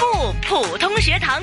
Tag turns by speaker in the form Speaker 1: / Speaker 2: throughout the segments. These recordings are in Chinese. Speaker 1: 普通学堂。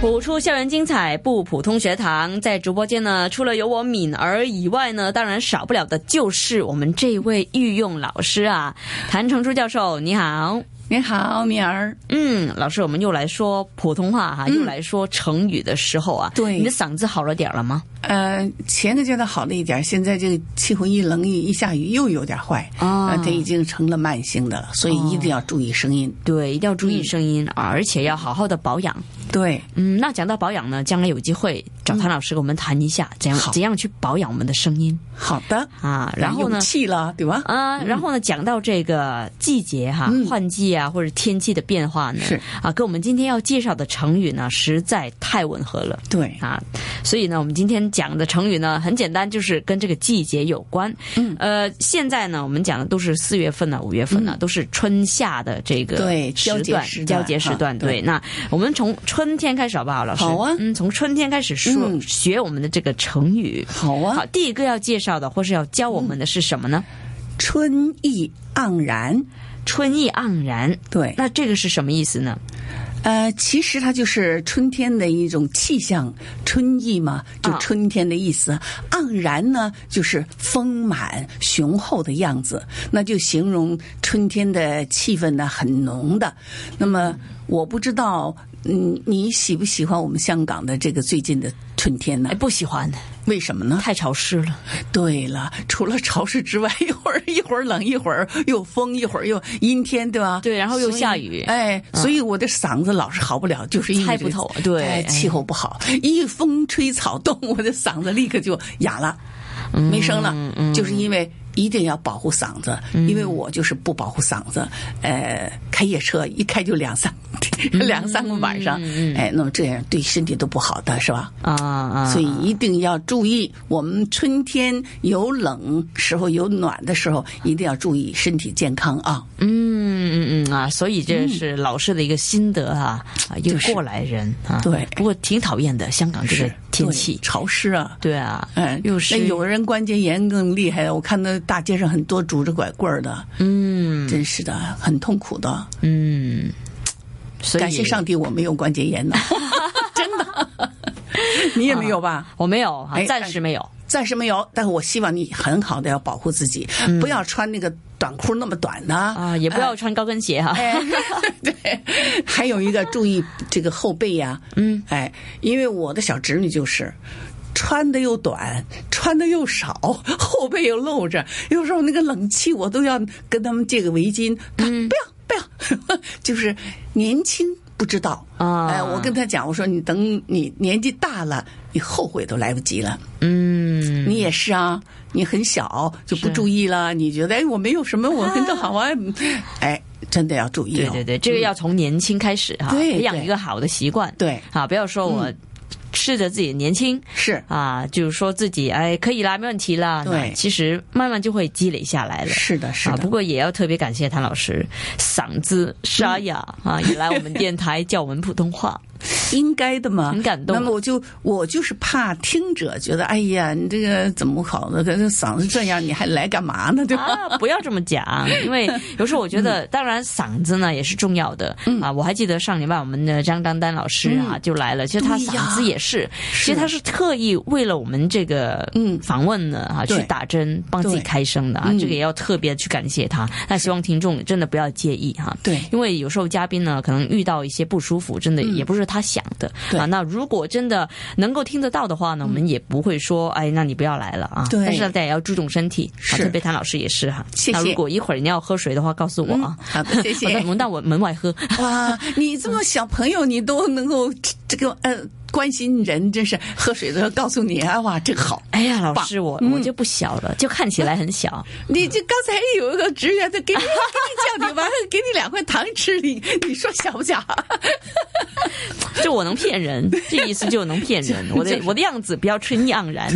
Speaker 2: 谱出校园精彩不普通学堂，在直播间呢，除了有我敏儿以外呢，当然少不了的就是我们这位御用老师啊，谭成珠教授，你好。
Speaker 3: 你好，敏儿。
Speaker 2: 嗯，老师，我们又来说普通话哈、
Speaker 3: 嗯
Speaker 2: 又来说成语的时候啊，
Speaker 3: 对
Speaker 2: 你的嗓子好了点儿了吗？
Speaker 3: 呃，前个阶段好了一点，现在这个气候一冷一一下雨又有点坏，
Speaker 2: 啊
Speaker 3: 呃它已经成了慢性的了，所以一定要注意声音。
Speaker 2: 对，一定要注意声音、而且要好好的保养。
Speaker 3: 对，
Speaker 2: 嗯，那讲到保养呢，将来有机会找谭老师给我们谈一下，怎样
Speaker 3: 嗯好
Speaker 2: 怎样去保养我们的声音
Speaker 3: 好的。
Speaker 2: 啊。然后呢
Speaker 3: 有，气了，对吧？
Speaker 2: 啊，然后呢，讲到这个季节哈，
Speaker 3: 嗯
Speaker 2: 换季啊，或者天气的变化呢，
Speaker 3: 是
Speaker 2: 啊，跟我们今天要介绍的成语呢，实在太吻合了。
Speaker 3: 对，
Speaker 2: 啊，所以呢，我们今天讲的成语呢，很简单，就是跟这个季节有关。嗯，呃，现在呢，我们讲的都是四月份呢、五月份啊呢、都是春夏的这个
Speaker 3: 嗯对
Speaker 2: 时
Speaker 3: 交接
Speaker 2: 段
Speaker 3: 时段
Speaker 2: 交接时
Speaker 3: 啊
Speaker 2: 段。对，
Speaker 3: 对
Speaker 2: 那我们从春天开始好不好，老师？
Speaker 3: 好啊
Speaker 2: 嗯，从春天开始说、
Speaker 3: 嗯
Speaker 2: 学我们的这个成语。
Speaker 3: 好啊。
Speaker 2: 好，第一个要介绍的或是要教我们的是什么呢？
Speaker 3: 春意盎然，
Speaker 2: 春意盎然。
Speaker 3: 对，
Speaker 2: 那这个是什么意思呢？
Speaker 3: 呃，其实它就是春天的一种气象，春意嘛，就
Speaker 2: 啊
Speaker 3: 春天的意思。盎然呢，就是丰满雄厚的样子，那就形容春天的气氛呢很浓的。那么我不知道，嗯，你喜不喜欢我们香港的这个最近的春天呢
Speaker 2: 哎，？不喜欢，
Speaker 3: 为什么呢？
Speaker 2: 太潮湿了。
Speaker 3: 对了，除了潮湿之外，一会儿一会儿冷，一会儿又风，一会儿又阴天，对吧？
Speaker 2: 对然后又下雨嗯
Speaker 3: 所以哎，所以我的嗓子老是好不了，就是因为
Speaker 2: 猜
Speaker 3: 这个
Speaker 2: 不透对
Speaker 3: 哎
Speaker 2: 哎
Speaker 3: 气候不好，一风吹草动，我的嗓子立刻就哑了，没声了，
Speaker 2: 嗯
Speaker 3: 就是因为。一定要保护嗓子，因为我就是不保护嗓子，呃，开夜车一开就两三
Speaker 2: 嗯
Speaker 3: 两三个晚上，哎，那么这样对身体都不好的是吧？
Speaker 2: 啊啊！
Speaker 3: 所以一定要注意，我们春天有冷时候有暖的时候，一定要注意身体健康啊！
Speaker 2: 嗯嗯嗯啊，所以这是老师的一个心得啊，啊，一个
Speaker 3: 就是
Speaker 2: 过来人啊。
Speaker 3: 对
Speaker 2: 不过挺讨厌的，香港这个天
Speaker 3: 对
Speaker 2: 气。
Speaker 3: 潮湿啊。
Speaker 2: 对啊，
Speaker 3: 嗯，
Speaker 2: 又
Speaker 3: 那
Speaker 2: 是
Speaker 3: 有的人关节炎更厉害，我看那大街上很多拄着拐棍儿的，
Speaker 2: 嗯
Speaker 3: 真是的，很痛苦的。
Speaker 2: 嗯，所以
Speaker 3: 感谢上帝，我没有关节 炎呢，真的。你也没有吧？
Speaker 2: 我没有啊，
Speaker 3: 哎
Speaker 2: 暂时没有。
Speaker 3: 暂时没有，但是我希望你很好的要保护自己，不要穿那个短裤那么短的
Speaker 2: 嗯啊，也不要穿高跟鞋啊哈、
Speaker 3: 哎， 对，还有一个注意这个后背呀、嗯，哎，因为我的小侄女就是。穿的又短，穿的又少， 后背又露着，有时候那个冷气我都要跟他们借个围巾，她
Speaker 2: 嗯
Speaker 3: 不要不要， 就是年轻不知道
Speaker 2: 啊
Speaker 3: 哎，我跟她讲，我说你等你年纪大了，你后悔都来不及了。
Speaker 2: 嗯，
Speaker 3: 你也是啊，你很小就不注意了，你觉得哎，我没有什么，我很好啊，哎，真的要注意、
Speaker 2: 对
Speaker 3: 哦。
Speaker 2: 对对，这个要从年轻开始哈、啊
Speaker 3: 对
Speaker 2: 培养
Speaker 3: 对
Speaker 2: 一个好的习惯。
Speaker 3: 对嗯
Speaker 2: 啊，不要说我吃着自己年轻。
Speaker 3: 是
Speaker 2: 啊，就是说自己哎可以啦，没问题啦。
Speaker 3: 对
Speaker 2: 那其实慢慢就会积累下来了。
Speaker 3: 是的，是
Speaker 2: 啊，
Speaker 3: 的
Speaker 2: 不，过也要特别感谢谭老师，嗓子沙哑、啊，也来我们电台教我们普通话。
Speaker 3: 应该的嘛。
Speaker 2: 很感动啊
Speaker 3: 那么我就我就是怕听者觉得，哎呀，你这个怎么搞的？这嗓子这样，你还来干嘛呢？对吧？嗯
Speaker 2: 啊，不要这么 讲，因为有时候我觉得，当然嗓子呢也是重要的、啊。我还记得上礼拜我们的张丹丹老师啊、就来了，其实他
Speaker 3: 嗯对呀
Speaker 2: 嗓子也是，其实
Speaker 3: 是
Speaker 2: 他是特意为了我们这个
Speaker 3: 嗯
Speaker 2: 访问呢啊去
Speaker 3: 对
Speaker 2: 打针帮自己
Speaker 3: 对
Speaker 2: 开声的啊，
Speaker 3: 嗯
Speaker 2: 这个也要特别去感谢他。那希望听众真的不要介意啊哈、
Speaker 3: 对
Speaker 2: 因为有时候嘉宾呢可能遇到一些不舒服，真的也不是他想的、
Speaker 3: 嗯对嗯
Speaker 2: 啊。那如果真的能够听得到的话呢，我们也不会说哎，那你不要来了啊。
Speaker 3: 对
Speaker 2: 但是大家也要注重身体，啊、
Speaker 3: 是
Speaker 2: 特别谭老师也是哈。
Speaker 3: 谢谢
Speaker 2: 那如果一会儿你要喝水的话，告诉我啊。
Speaker 3: 好的，谢
Speaker 2: 我
Speaker 3: 谢
Speaker 2: 在。门到我门外喝，
Speaker 3: 哇，你这么小朋友，你都能够这个呃关心人，真是喝水的时候告诉你啊，哇，真好。
Speaker 2: 哎呀，老师我
Speaker 3: 嗯
Speaker 2: 我就不小了，就看起来很 小。
Speaker 3: 你这刚才有一个职员，他给你给你叫你完了，给你两块糖吃，你你说小不小？
Speaker 2: 就我能骗人，这意思就能骗人。我的我的样子不要春意盎 然，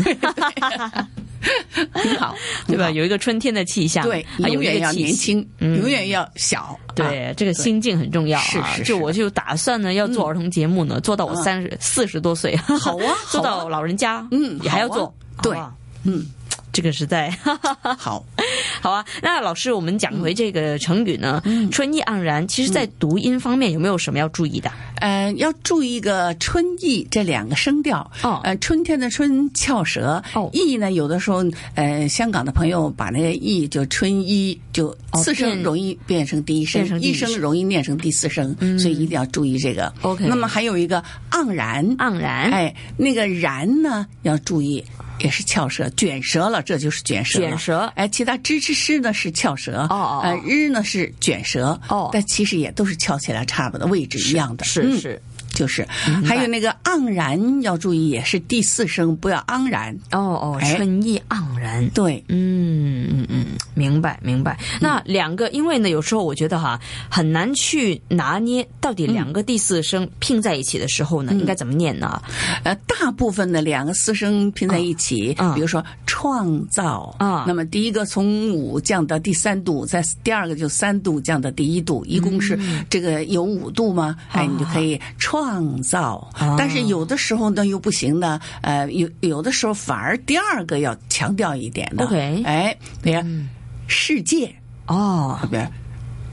Speaker 3: 很好，
Speaker 2: 对吧？
Speaker 3: 很好？
Speaker 2: 有一个春天的气象，
Speaker 3: 对，
Speaker 2: 啊
Speaker 3: 永远要年。
Speaker 2: 有一个气息嗯
Speaker 3: 轻，永远要小。
Speaker 2: 对
Speaker 3: 啊，
Speaker 2: 这个心境很重要
Speaker 3: 是
Speaker 2: 啊！
Speaker 3: 是是嗯
Speaker 2: 就我就打算呢，要做儿童节目呢，做到我三十四十多岁，
Speaker 3: 好啊
Speaker 2: 做
Speaker 3: 好
Speaker 2: 到
Speaker 3: 啊
Speaker 2: 老人家，
Speaker 3: 嗯
Speaker 2: 也还要
Speaker 3: 好啊
Speaker 2: 做，
Speaker 3: 对
Speaker 2: 好不好
Speaker 3: 嗯，
Speaker 2: 这个实在
Speaker 3: 啊好，
Speaker 2: 好啊。那老师，我们讲回这个成语呢，
Speaker 3: 嗯
Speaker 2: 春意盎然。其实，在读音方面有没有什么要注意的？
Speaker 3: 呃，要注意一个“春意”这两个声调。
Speaker 2: 哦
Speaker 3: 呃，春天的“春”翘舌。
Speaker 2: 哦
Speaker 3: 意”呢，有的时候，呃，香港的朋友把那个“意”就“春意”就四声
Speaker 2: 哦变
Speaker 3: 容易变成第一声，
Speaker 2: 变成第一嗯
Speaker 3: 一声容易念成第四声，所以一定要注意这个。
Speaker 2: OK 啊
Speaker 3: 那么还有一个“盎然”，
Speaker 2: 盎然，
Speaker 3: 哎，那个然呢要注意，也是翘舌，卷舌了，这就是卷舌了。
Speaker 2: 卷舌
Speaker 3: 哎，其他吱吱吱呢是翘舌，
Speaker 2: 哦哦
Speaker 3: 呃，日呢是卷舌，
Speaker 2: 哦
Speaker 3: 但其实也都是翘起来差不多位置一样的，
Speaker 2: 是
Speaker 3: 嗯
Speaker 2: 是
Speaker 3: 就是。还有那个盎然要注意，也是第四声，不要盎然。
Speaker 2: 哦哦，
Speaker 3: 哎
Speaker 2: 春意盎然。
Speaker 3: 对，
Speaker 2: 嗯嗯嗯，明白明白。
Speaker 3: 嗯
Speaker 2: 那两个，因为呢，有时候我觉得哈很难去拿捏到底两个第四声拼在一起的时候
Speaker 3: 嗯
Speaker 2: 呢，应该怎么念呢？
Speaker 3: 呃，大部分的两个四声拼在一起，
Speaker 2: 啊啊
Speaker 3: 比如说创造
Speaker 2: 啊
Speaker 3: 那么第一个从五降到第三度，再第二个就三度降到第一度，一共是
Speaker 2: 嗯
Speaker 3: 这个有五度吗？哎，你就可以创造。
Speaker 2: 啊
Speaker 3: 但是有的时候呢又不行呢，呃，有有的时候反而第二个要强调一点的。
Speaker 2: OK 嗯
Speaker 3: 哎，比如、世界，
Speaker 2: 哦
Speaker 3: 比如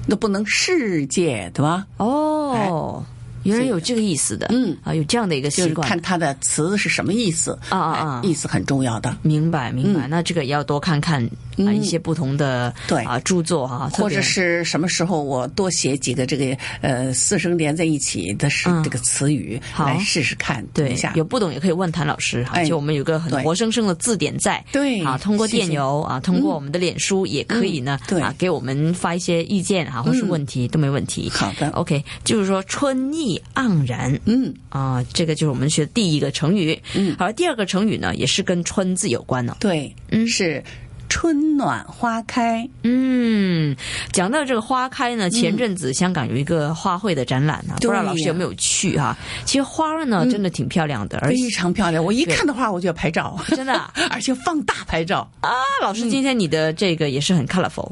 Speaker 3: 那不能世界对吧？
Speaker 2: 哦，原来有这个意思的，
Speaker 3: 哎嗯
Speaker 2: 啊，有这样的一个
Speaker 3: 就
Speaker 2: 习
Speaker 3: 是
Speaker 2: 惯。
Speaker 3: 看它的词是什么意思
Speaker 2: 啊啊啊
Speaker 3: 哎意思很重要的。
Speaker 2: 明白，明白。那这个也要多看看啊一些不同的
Speaker 3: 嗯对
Speaker 2: 啊著作哈，特
Speaker 3: 或
Speaker 2: 别
Speaker 3: 者是什么时候我多写几个这个呃四声连在一起的是
Speaker 2: 嗯
Speaker 3: 这个词语、
Speaker 2: 好
Speaker 3: 来试试看，等
Speaker 2: 对
Speaker 3: 一下，
Speaker 2: 有不懂也可以问谭老师哈，
Speaker 3: 哎
Speaker 2: 就我们有个很
Speaker 3: 对
Speaker 2: 活生生的字典在。
Speaker 3: 对
Speaker 2: 啊，通过
Speaker 3: 谢谢
Speaker 2: 电邮啊，通过我们的脸书也可以呢，
Speaker 3: 嗯对嗯
Speaker 2: 啊，给我们发一些意见啊，或是问题、都没问题。
Speaker 3: 好的
Speaker 2: OK，就是说春意盎然
Speaker 3: 嗯
Speaker 2: 啊，这个就是我们学的第一个成语。
Speaker 3: 嗯
Speaker 2: 好，第二个成语呢也是跟春字有关呢、
Speaker 3: 对，
Speaker 2: 嗯
Speaker 3: 是春暖花开，
Speaker 2: 嗯，讲到这个花开
Speaker 3: 嗯
Speaker 2: 呢，前阵子香港有一个花卉的展览啊，不知道老师有没有去哈、其实花儿
Speaker 3: 嗯
Speaker 2: 呢真的挺漂亮的，而且
Speaker 3: 非常漂亮。我一看的话，我就要拍照，
Speaker 2: 真的啊。
Speaker 3: 而且放大拍照，
Speaker 2: 啊，老师，今天你的这个也是很 colorful，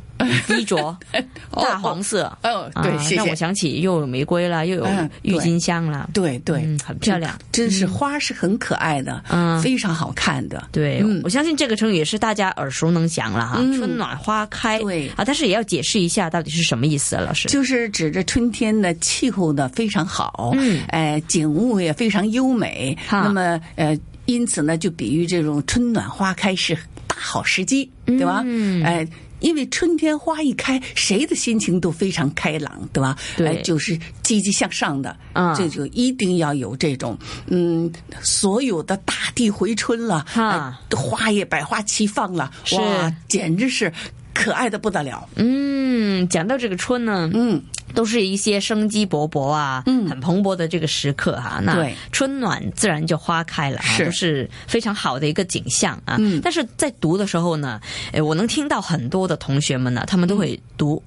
Speaker 2: 衣着
Speaker 3: 嗯 哦
Speaker 2: 大黄色，
Speaker 3: 哦，对，
Speaker 2: 啊
Speaker 3: 谢
Speaker 2: 让我
Speaker 3: 谢。
Speaker 2: 想起又有玫瑰啦，又有
Speaker 3: 嗯
Speaker 2: 郁
Speaker 3: 对
Speaker 2: 金香啦，
Speaker 3: 对对，
Speaker 2: 嗯，很漂亮。
Speaker 3: 真是花是很可爱的，
Speaker 2: 嗯
Speaker 3: 非常好看的。
Speaker 2: 对，
Speaker 3: 嗯
Speaker 2: 我相信这个成语也是大家耳熟能详了哈，春暖花开。
Speaker 3: 对
Speaker 2: 啊，但是也要解释一下到底是什么意思啊，老师。
Speaker 3: 就是指着春天的气候呢非常好，
Speaker 2: 嗯
Speaker 3: 呃，景物也非常优美，
Speaker 2: 哈
Speaker 3: 那么呃，因此呢，就比喻这种春暖花开是大好时机，对吧？
Speaker 2: 嗯
Speaker 3: 哎、因为春天花一开，谁的心情都非常开朗，对吧？
Speaker 2: 对
Speaker 3: 哎就是积极向上的，
Speaker 2: 嗯
Speaker 3: 这就一定要有这种，嗯，所有的大地回春了，
Speaker 2: 哈
Speaker 3: 哎花也百花齐放了，
Speaker 2: 是
Speaker 3: 哇，简直是可爱的不得了，
Speaker 2: 嗯，讲到这个春呢，
Speaker 3: 嗯。
Speaker 2: 都是一些生机勃勃啊，
Speaker 3: 嗯
Speaker 2: 很蓬勃的这个时刻哈、啊。那
Speaker 3: 对
Speaker 2: 春暖自然就花开了、啊，
Speaker 3: 是
Speaker 2: 都是非常好的一个景象啊。
Speaker 3: 嗯
Speaker 2: 但是在读的时候呢，哎，我能听到很多的同学们呢，他们都会读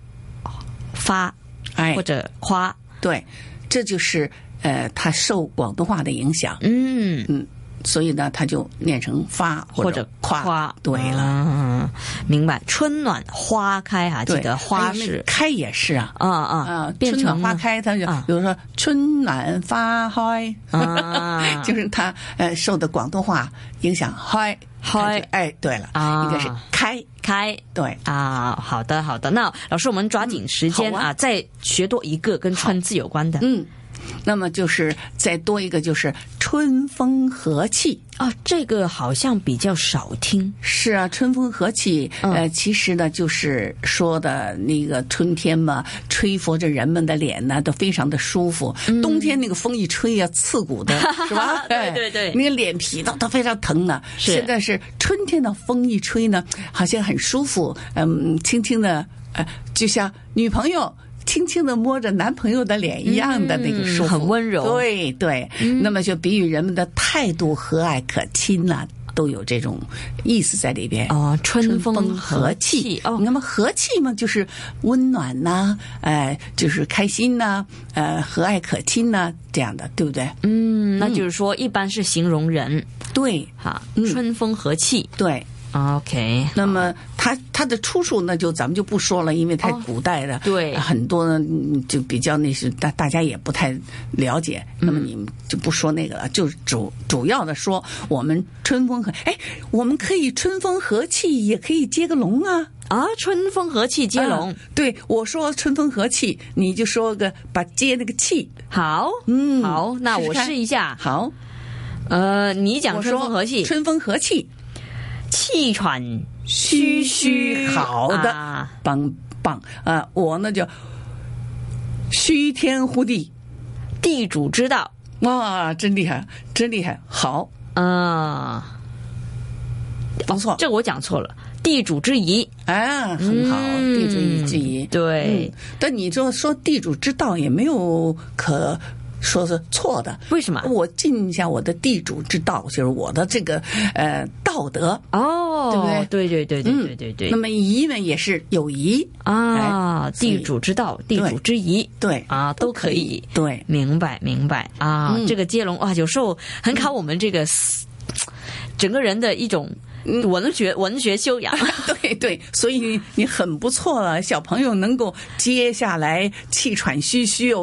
Speaker 2: 发
Speaker 3: 哎
Speaker 2: 或，者花，
Speaker 3: 对，这就是呃，它受广东话的影响，
Speaker 2: 嗯，
Speaker 3: 嗯，所以呢，它就念成发
Speaker 2: 或
Speaker 3: 或
Speaker 2: 者
Speaker 3: 夸。
Speaker 2: 花
Speaker 3: 对了，
Speaker 2: 嗯，明白。春暖花开啊，记
Speaker 3: 对，哎
Speaker 2: 得花
Speaker 3: 还有那
Speaker 2: 是
Speaker 3: 开也是啊。
Speaker 2: 啊啊
Speaker 3: 啊，，
Speaker 2: 变
Speaker 3: 春暖
Speaker 2: 成
Speaker 3: 花开，它就
Speaker 2: 啊
Speaker 3: 比如说“春暖花开”，
Speaker 2: 啊
Speaker 3: 就是它呃受的广东话影响，“开”
Speaker 2: 嗨
Speaker 3: 它就哎，对了，
Speaker 2: 啊
Speaker 3: 应该是“开
Speaker 2: 开。”，
Speaker 3: 对，
Speaker 2: 啊，好的好的，那老师，我们抓紧时间
Speaker 3: 嗯好
Speaker 2: 啊，
Speaker 3: 啊
Speaker 2: 再学多一个跟川字有关的
Speaker 3: 嗯，那么就是再多一个就是“春风和气”，
Speaker 2: 啊，这个好像比较少听
Speaker 3: 是啊，春风和气，
Speaker 2: 嗯？
Speaker 3: 呃，其实呢，就是说的那个春天嘛，吹拂着人们的脸呢，都非常的舒服。冬天那个风一吹呀、刺骨的，是
Speaker 2: 嗯
Speaker 3: 吧
Speaker 2: 对对对
Speaker 3: 哎那个脸皮都都非常疼呢。
Speaker 2: 是
Speaker 3: 现在是春天的风一吹呢，好像很舒服，嗯，轻轻的，呃，就像女朋友。轻轻的摸着男朋友的脸一样的那个舒服，
Speaker 2: 嗯很温柔
Speaker 3: 对对，那么就比喻人们的态度和蔼可亲呐、都有这种意思在里边。
Speaker 2: 哦，春
Speaker 3: 风
Speaker 2: 和
Speaker 3: 和气
Speaker 2: 哦，
Speaker 3: 那么和气嘛，就是温暖呐、呃，就是开心呐、呃，和蔼可亲呐、这样的，对不对？
Speaker 2: 嗯，那就是说一般是形容人
Speaker 3: 对
Speaker 2: 哈，
Speaker 3: 嗯
Speaker 2: 春风和气
Speaker 3: 对。
Speaker 2: ，OK，
Speaker 3: 那么它它的出处那就咱们就不说了，因为太
Speaker 2: 哦
Speaker 3: 古代的，
Speaker 2: 对
Speaker 3: 很多呢嗯就比较那是大大家也不太了解，
Speaker 2: 嗯
Speaker 3: 那么你们就不说那个了，就主主要的说我们春风和哎，我们可以春风和气，也可以接个龙啊。
Speaker 2: 啊，春风和气接龙，
Speaker 3: 啊对我说春风和气，你就说个把接那个气，
Speaker 2: 好，
Speaker 3: 嗯
Speaker 2: 好，那我
Speaker 3: 试试看
Speaker 2: 试一下。
Speaker 3: 好，
Speaker 2: 呃，你讲
Speaker 3: 我
Speaker 2: 春
Speaker 3: 说
Speaker 2: 风和气，
Speaker 3: 春风和气，
Speaker 2: 气喘
Speaker 3: 嘘
Speaker 2: 吁
Speaker 3: 嘘，好的，
Speaker 2: 啊
Speaker 3: 棒棒啊！我呢就虚天呼地，
Speaker 2: 地主之道。
Speaker 3: 哇，真厉害，真厉害，好，
Speaker 2: 啊、
Speaker 3: 不错，
Speaker 2: 这个我讲错了，地主之谊。
Speaker 3: 啊，很好，
Speaker 2: 嗯
Speaker 3: 地主一之谊。
Speaker 2: 对
Speaker 3: 嗯，，但你这说地主之道也没有可说是错的。
Speaker 2: 为什么？
Speaker 3: 我尽一下我的地主之道，就是我的这个呃道德。
Speaker 2: 哦，对
Speaker 3: 对
Speaker 2: 对对
Speaker 3: 嗯
Speaker 2: 对对对
Speaker 3: 那
Speaker 2: 对
Speaker 3: 么谊呢，也是友谊，
Speaker 2: 啊，
Speaker 3: 所以
Speaker 2: 地主之道，地主之谊。
Speaker 3: 对
Speaker 2: 啊都可以
Speaker 3: 对，
Speaker 2: 明白，明白啊！
Speaker 3: 嗯
Speaker 2: 这个接龙哇，有时候很考我们这个思、整个人的一种
Speaker 3: 嗯
Speaker 2: 文学、文学修 养。
Speaker 3: 对对，所以你你很不错了，小朋友能够接下来气喘吁吁哦，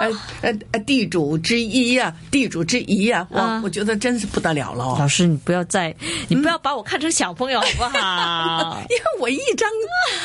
Speaker 3: 呃呃呃，地主之谊呀、地主之谊呀、哇，
Speaker 2: 啊
Speaker 3: 我觉得真是不得了了哦。
Speaker 2: 老师，你不要再，你不要把我看成小朋友好不好？
Speaker 3: 因为我一张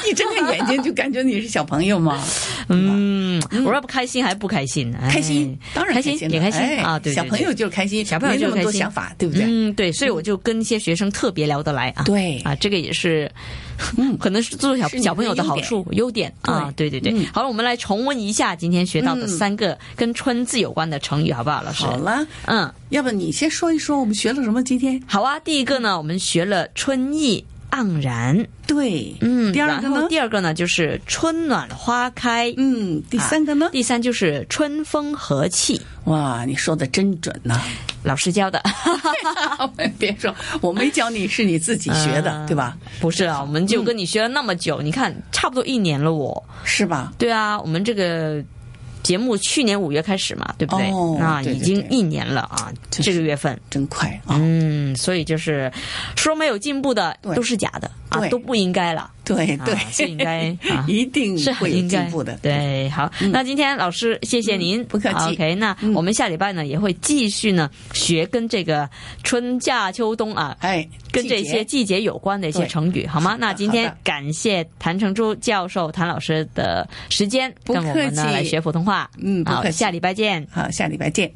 Speaker 3: 一睁开眼睛就感觉你是小朋 友嘛，
Speaker 2: 嗯，我要不开心还不开心，哎
Speaker 3: 开心，当然
Speaker 2: 开
Speaker 3: 心
Speaker 2: 也
Speaker 3: 了
Speaker 2: 开心
Speaker 3: 哎
Speaker 2: 啊！对，对
Speaker 3: 小朋友就是开心，
Speaker 2: 小朋友
Speaker 3: 没
Speaker 2: 就
Speaker 3: 那
Speaker 2: 开
Speaker 3: 么多
Speaker 2: 心
Speaker 3: 想法，对不
Speaker 2: 对
Speaker 3: 对？
Speaker 2: 嗯，对，所以我就跟一些学生特别聊得来啊。
Speaker 3: 对
Speaker 2: 啊，这个也是， 可能是做小
Speaker 3: 嗯是你的
Speaker 2: 小朋友的好处优点啊。对对对，
Speaker 3: 嗯
Speaker 2: 好了，我们来重温一下今天学到的三个跟“春”字有关的成语，好不好，老师？
Speaker 3: 好，了，
Speaker 2: 嗯，
Speaker 3: 要不你先说一说我们学了什么今天？
Speaker 2: 好啊。第一个呢，我们学了“春意盎然”，
Speaker 3: 对，
Speaker 2: 嗯，
Speaker 3: 第二个
Speaker 2: 然后
Speaker 3: 呢？
Speaker 2: 第二个呢就是“春暖花开”，
Speaker 3: 嗯，第三个呢？
Speaker 2: 啊第三就是“春风和气
Speaker 3: 哇，你说的真准 呐、”，
Speaker 2: 老师教的。
Speaker 3: 别说，我没教你，是你自己学的，
Speaker 2: 嗯
Speaker 3: 对吧？？
Speaker 2: 不是啊，我们
Speaker 3: 嗯
Speaker 2: 就跟你学了那么久，你看差不多一年了我。
Speaker 3: 是吧？
Speaker 2: 对啊，我们这个节目去年五月开始嘛，对不对？
Speaker 3: 哦
Speaker 2: 那
Speaker 3: 对
Speaker 2: 已
Speaker 3: 对
Speaker 2: 经
Speaker 3: 对
Speaker 2: 一年了啊，
Speaker 3: 真
Speaker 2: 这个
Speaker 3: 是
Speaker 2: 月份。
Speaker 3: 真快啊！
Speaker 2: 嗯，所以就是说没有进步的
Speaker 3: 对
Speaker 2: 都是假的啊，
Speaker 3: 对
Speaker 2: 都不应该了。
Speaker 3: 对对
Speaker 2: 啊，是应该啊
Speaker 3: 一定
Speaker 2: 是很
Speaker 3: 嗯会有
Speaker 2: 应该
Speaker 3: 进步的。，嗯
Speaker 2: 对，好，那今天老师谢谢您，
Speaker 3: 不客气嗯
Speaker 2: OK，那我们下礼拜呢也会继续呢学跟这个春夏秋冬啊
Speaker 3: 哎，
Speaker 2: 跟这些
Speaker 3: 季节
Speaker 2: 季节有关的一些
Speaker 3: 对
Speaker 2: 成语，好吗？那今
Speaker 3: 好
Speaker 2: 天
Speaker 3: 的
Speaker 2: 感谢谭成珠教授、谭老师的时间，
Speaker 3: 不
Speaker 2: 跟我们呢
Speaker 3: 客气
Speaker 2: 来学普通话。
Speaker 3: 嗯不
Speaker 2: 好，
Speaker 3: 客气
Speaker 2: 下礼拜见。
Speaker 3: 啊好，下礼拜见。